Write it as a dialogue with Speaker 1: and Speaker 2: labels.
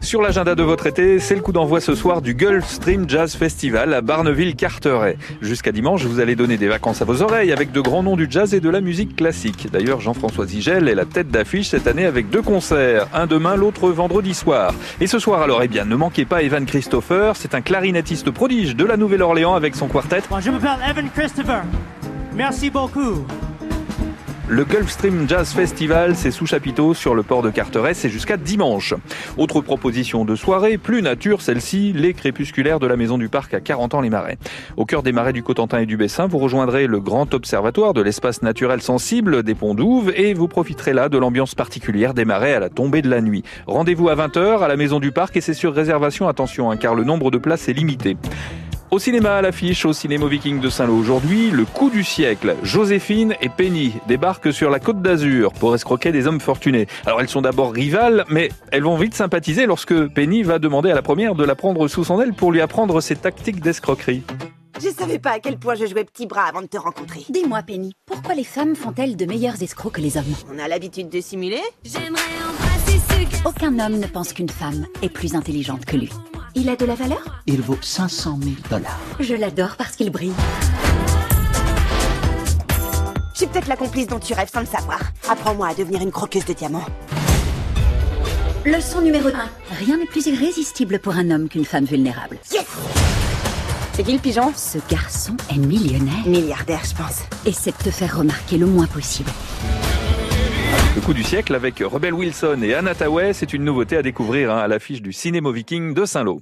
Speaker 1: Sur l'agenda de votre été, c'est le coup d'envoi ce soir du Gulf Stream Jazz Festival à Barneville-Carteret. Jusqu'à dimanche, vous allez donner des vacances à vos oreilles avec de grands noms du jazz et de la musique classique. D'ailleurs, Jean-François Zigel est la tête d'affiche cette année avec deux concerts, un demain, l'autre vendredi soir. Et ce soir, alors, eh bien, ne manquez pas Evan Christopher, c'est un clarinettiste prodige de la Nouvelle-Orléans avec son quartet.
Speaker 2: Bon, je m'appelle Evan Christopher. Merci beaucoup.
Speaker 1: Le Gulfstream Jazz Festival, c'est sous chapiteau sur le port de Carteret, c'est jusqu'à dimanche. Autre proposition de soirée, plus nature celle-ci, les crépusculaires de la Maison du Parc à 40 ans les marais. Au cœur des marais du Cotentin et du Bessin, vous rejoindrez le grand observatoire de l'espace naturel sensible des ponts d'Ouve et vous profiterez là de l'ambiance particulière des marais à la tombée de la nuit. Rendez-vous à 20h à la Maison du Parc et c'est sur réservation, attention, hein, car le nombre de places est limité. Au cinéma à l'affiche, au cinéma viking de Saint-Lô aujourd'hui, le coup du siècle. Joséphine et Penny débarquent sur la côte d'Azur pour escroquer des hommes fortunés. Alors elles sont d'abord rivales, mais elles vont vite sympathiser lorsque Penny va demander à la première de la prendre sous son aile pour lui apprendre ses tactiques d'escroquerie.
Speaker 3: Je savais pas à quel point je jouais petit bras avant de te rencontrer.
Speaker 4: Dis-moi, Penny, pourquoi les femmes font-elles de meilleurs escrocs que les hommes
Speaker 3: On a l'habitude de simuler
Speaker 5: J'aimerais embrasser ce gars.
Speaker 4: Aucun homme ne pense qu'une femme est plus intelligente que lui. Il a de la valeur
Speaker 6: Il vaut 500 000 dollars.
Speaker 4: Je l'adore parce qu'il brille.
Speaker 3: Je suis peut-être la complice dont tu rêves sans le savoir. Apprends-moi à devenir une croqueuse de diamants.
Speaker 4: Leçon numéro 1. Rien n'est plus irrésistible pour un homme qu'une femme vulnérable.
Speaker 3: Yes C'est qui le pigeon
Speaker 4: Ce garçon est millionnaire.
Speaker 3: Milliardaire, je pense.
Speaker 4: Essaie de te faire remarquer le moins possible.
Speaker 1: Le coup du siècle avec Rebel Wilson et Anna Tawai, c'est une nouveauté à découvrir hein, à l'affiche du Cinéma Viking de Saint-Lô.